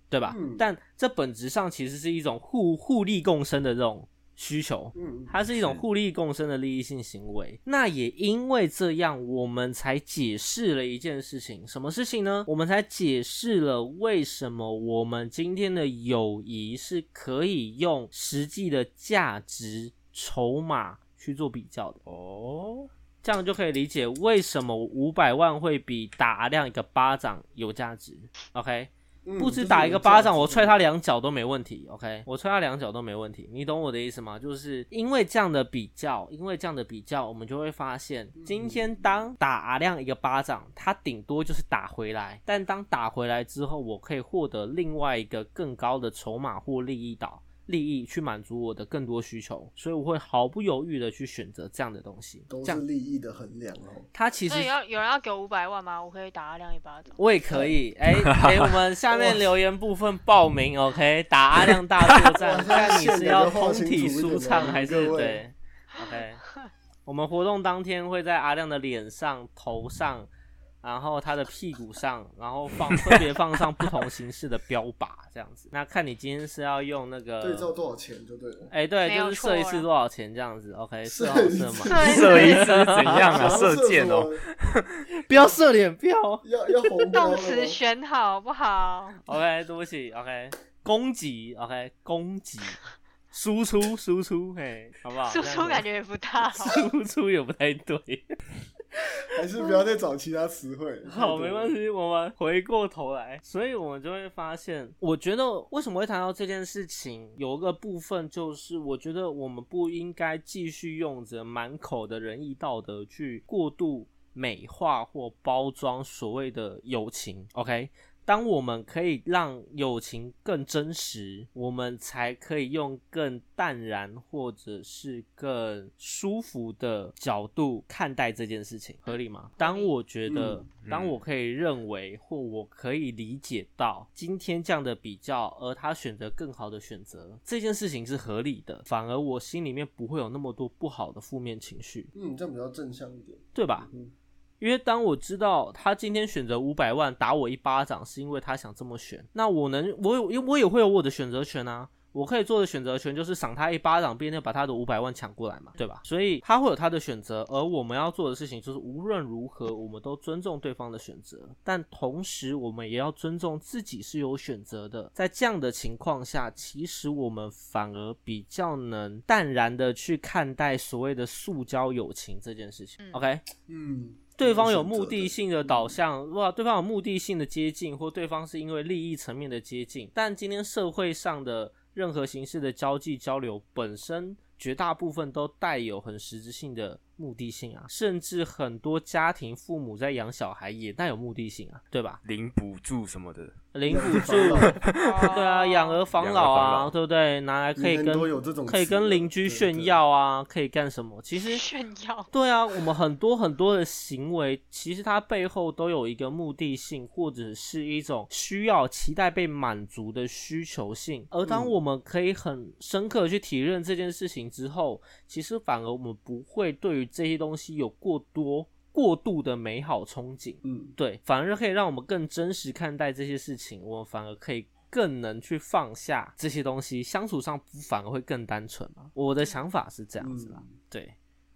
对吧？
嗯
但这本质上其实是一种互互利共生的这种需求，
嗯，
它是一种
是
互利共生的利益性行为。那也因为这样，我们才解释了一件事情，什么事情呢？我们才解释了为什么我们今天的友谊是可以用实际的价值筹码去做比较的。
哦，
这样就可以理解为什么五百万会比打阿亮一个巴掌有价值。OK，
嗯
不止打一个巴掌，我踹他。
就是有价值
两脚都没问题。OK，我踹他两脚都没问题，你懂我的意思吗？就是因为这样的比较，因为这样的比较，我们就会发现，
嗯
今天当打阿亮一个巴掌，他顶多就是打回来，但当打回来之后，我可以获得另外一个更高的筹码或利益岛。利益去满足我的更多需求，所以我会毫不犹豫的去选择这样的东西。
都
这
是
样，
利益的衡量哦。
它其
所
实
以要有人要给我五百万吗？我可以打阿亮一巴掌。
我也可以，哎、 给我们下面留言部分报 名，OK？打阿亮大作 战，
哇
看你
现在
是要
就
通
划清
体
楚一点
舒
了
畅还是
各位
对，OK？我们活动当天会在阿亮的脸上、头上，然后他的屁股上，然后放分别放上不同形式的标靶，这样子。那看你今天是要用那
对照
个，
多少钱就对了。
哎、对，
没
就
有
是射一
错啊哎
次
啦
多少钱这样子，OK？射好
射一
射
次
满，
射一次 怎样啊？
想要
射箭哦、
什么，
不要射脸，不要。
要要红包
动
了
词
吗
选好不好？
OK，对不起，OK，攻击，OK，攻击，输出，输出，嘿，好不好？
输出感
觉
觉也不 大好。
输出也不太对。
还是不要再找其他词汇。
好，没关
系。
系，我们回过头来，所以我们就会发现，我觉得为什么会谈到这件事情，有一个部分就是，我觉得我们不应该继续用着满口的仁义道德去过度美化或包装所谓的友情。OK，当我们可以让友情更真实，我们才可以用更淡然或者是更舒服的角度看待这件事情，合理吗？当我觉得，当我可以认为或我可以理解到今天这样的比较，而他选择更好的选择，这件事情是合理的，反而我心里面不会有那么多不好的负面情绪，
嗯，这样比较正向一点。
对吧？
嗯
因为当我知道他今天选择五百万打我一巴掌，是因为他想这么选，那我能，我有，我也会有我的选择权啊。我可以做的选择权就是赏他一巴掌，并且把他的五百万抢过来嘛，对吧？所以他会有他的选择，而我们要做的事情就是无论如何，我们都尊重对方的选择，但同时我们也要尊重自己是有选择的。在这样的情况下，其实我们反而比较能淡然的去看待所谓的塑胶友情这件事情
嗯。
OK，
嗯，
对方有目的性的导向，哇，对方有目的性的接近，或对方是因为利益层面的接近。但今天社会上的任何形式的交际交流，本身绝大部分都带有很实质性的目的性啊，甚至很多家庭父母在养小孩也带有目的性啊，对吧？
零补助什么的，
零补助， 对
对
啊，养
哦
儿防老
养儿防
啊，
老
对不对？拿来可以
人人
跟
都有这种
可以
词的
跟邻居
对
炫
对
耀啊，可以干什么？其实
炫耀，
对啊，我们很多很多的行为，其实它背后都有一个目的性，或者是一种需要、期待被满足的需求性。而当
嗯
我们可以很深刻的去体认这件事情之后，其实反而我们不会对于这些东西有过多、过度的美好憧憬。
嗯，
对，反而可以让我们更真实看待这些事情，我们反而可以更能去放下这些东西，相处上反而会更单纯嘛。我的想法是这样子
嗯
啦，对。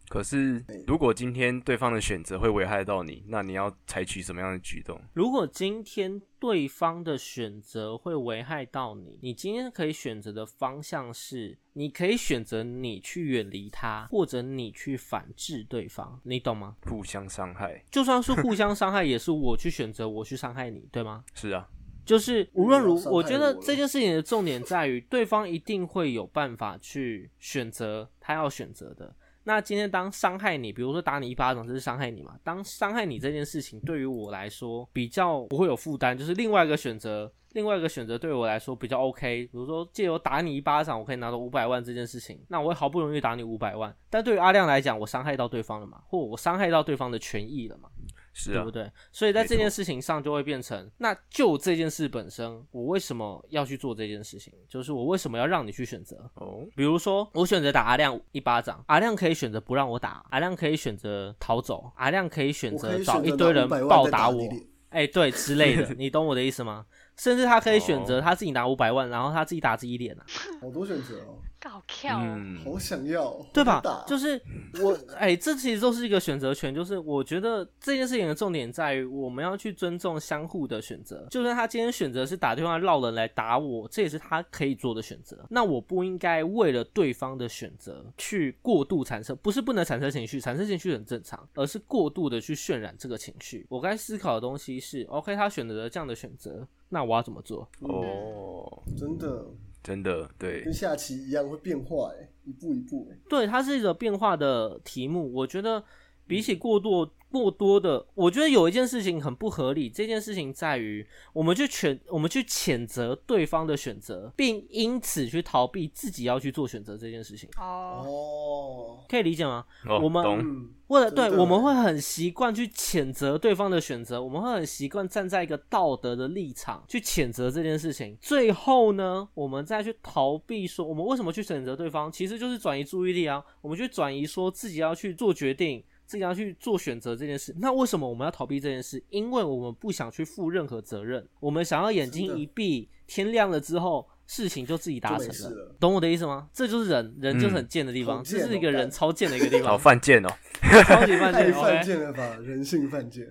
可是如果今天对方的选择会危害到你，那你要采取什么样的举动？
如果今天对方的选择会危害到你，你今天可以选择的方向是，你可以选择你去远离他，或者你去反制对方，你懂吗？
互相伤害，
就算是互相伤害，也是我去选择我去伤害你，对吗？
是啊，
就是无论如
你要，伤害
我觉得
我了
这件事情的重点在于，对方一定会有办法去选择他要选择的。那今天当伤害你，比如说打你一巴掌，这是伤害你嘛？当伤害你这件事情对于我来说比较不会有负担，就是另外一个选择，另外一个选择对我来说比较 OK。比如说借由打你一巴掌，我可以拿到五百万这件事情，那我会好不容易打你五百万，但对于阿亮来讲，我伤害到对方了嘛，或我伤害到对方的权益了嘛？
是
对
啊
不，对？所以在
没
这件
错
事情上就会变成，那就这件事本身，我为什么要去做这件事情？就是我为什么要让你去选择？
哦，
比如说，我选择打阿亮一巴掌，阿亮可以选择不让我打，阿亮可以选择逃走，阿亮可以选
我可
择
以
找
选
一
择
堆
拿
人
500万
暴
再
打
打
我
你脸，
哎、对之类 的，你懂我的意思吗？甚至他可以选择
哦
他自己拿五百万，然后他自己打自己脸啊，
好多选择哦，
搞跳
嗯
哦，
嗯
好想要哦，
对吧
好想打？
就是我，哎、这其实都是一个选择权。就是我觉得这件事情的重点在于，我们要去尊重相互的选择。就算他今天选择是打对方绕人来打我，这也是他可以做的选择。那我不应该为了对方的选择去过度产生，不是不能产生情绪，产生情绪很正常，而是过度的去渲染这个情绪。我该思考的东西是，OK，他选择了这样的选择，那我要怎么做？
嗯
哦，
真的
真的对
跟，下棋一样会变化哎，一步一步哎，
对，它是一个变化的题目。我觉得比起过多过多的，我觉得有一件事情很不合理。这件事情在于，我们去谴我们去谴责对方的选择，并因此去逃避自己要去做选择这件事情，
哦，
哦，
可以理解吗？
哦，
我们
懂，
嗯，
为了对，
真的
我们会很习惯去谴责对方的选择，我们会很习惯站在一个道德的立场去谴责这件事情。最后呢，我们再去逃避说我们为什么去选择对方，其实就是转移注意力啊，我们去转移说自己要去做决定。自己要去做选择这件事，那为什么我们要逃避这件事？因为我们不想去负任何责任，我们想要眼睛
真的
一闭，天亮了之后，事情就自己达
就
成
没事
了。
了
懂我的意思吗？这就是人，人就是很贱的地方，
好
这
贱
是一
哦
个人
干
超贱的一个地 方，
好犯贱哦，
超级犯
太
贱。
犯
OK，
贱了吧？人性犯贱，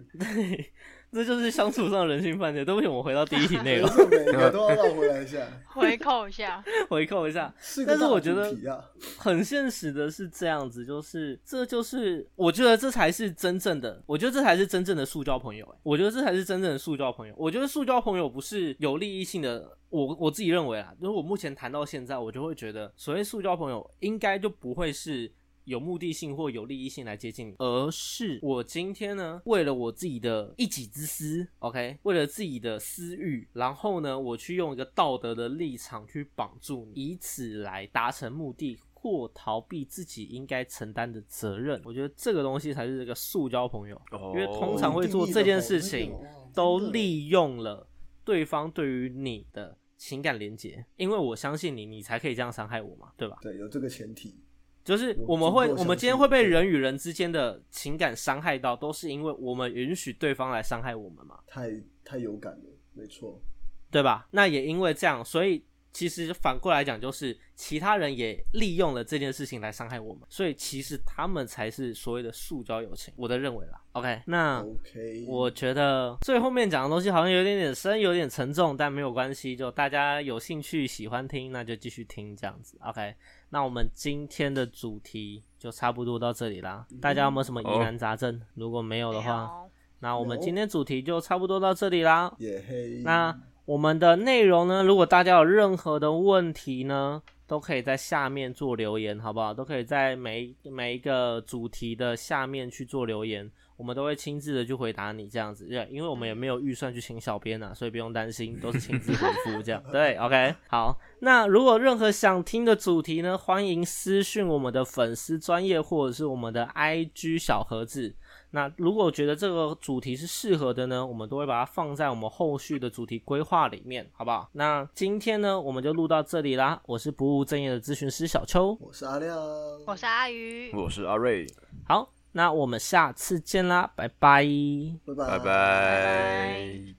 这就是相处上人性犯贱。对哦不起，我们回到第一题内
每
容，
个每 个都要绕回来一下。
回扣一下，
回扣一下。
是
但
个
是
大
我觉
主
得
题啊，
很现实的是这样子，就是这就是我觉得这才是真正的，我觉得这才是真正的塑胶朋友、欸。我觉得这才是真正的塑胶朋友。我觉得塑胶朋友不是有利益性的，我啊我自己认为啦，就是我目前谈到现在，我就会觉得所谓塑胶朋友应该就不会是。有目的性或有利益性来接近你，而是我今天呢，为了我自己的一己之私，OK，为了自己的私欲，然后呢，我去用一个道德的立场去绑住你，以此来达成目的。或逃避自己应该承担的责任，我觉得这个东西才是这个塑胶朋友，
哦
因为通常会做这件事情
哦
都利用了对方对于你的情感连结，因为我相信你，你才可以这样伤害我嘛，对吧？
对，有这个前提。
就是
我
我们会，
足够
我们今天
相信
会被
对
人与人之间的情感伤害到，都是因为我们允许对方来伤害我们嘛，
太太有感了，没错。
对吧？那也因为这样，所以其实反过来讲，就是其他人也利用了这件事情来伤害我们，所以其实他们才是所谓的塑胶友情，我的认为啦。OK，那
OK，
我觉得最后面讲的东西好像有点点深，有点沉重，但没有关系，就大家有兴趣喜欢听，那就继续听这样子。OK，那我们今天的主题就差不多到这里啦。大家有没有什么疑难杂症？如果没有的话，
有
那我们
有
今天主题就差不多到这里啦。
也黑。
那我们的内容呢，如果大家有任何的问题呢，都可以在下面做留言，好不好？都可以在每一每一个主题的下面去做留言，我们都会亲自的去回答你这样子。对，因为我们也没有预算去请小编啊，所以不用担心，都是亲自回复这样。对，OK，好。那如果任何想听的主题呢，欢迎私讯我们的粉丝专业或者是我们的 IG 小盒子。那如果觉得这个主题是适合的呢，我们都会把它放在我们后续的主题规划里面，好不好？那今天呢，我们就录到这里啦。我是不务正业的咨询师小邱，
我是阿亮，
我是阿鱼，
哦我是阿瑞，
好，那我们下次见啦，拜拜。
拜
拜
拜
拜。
拜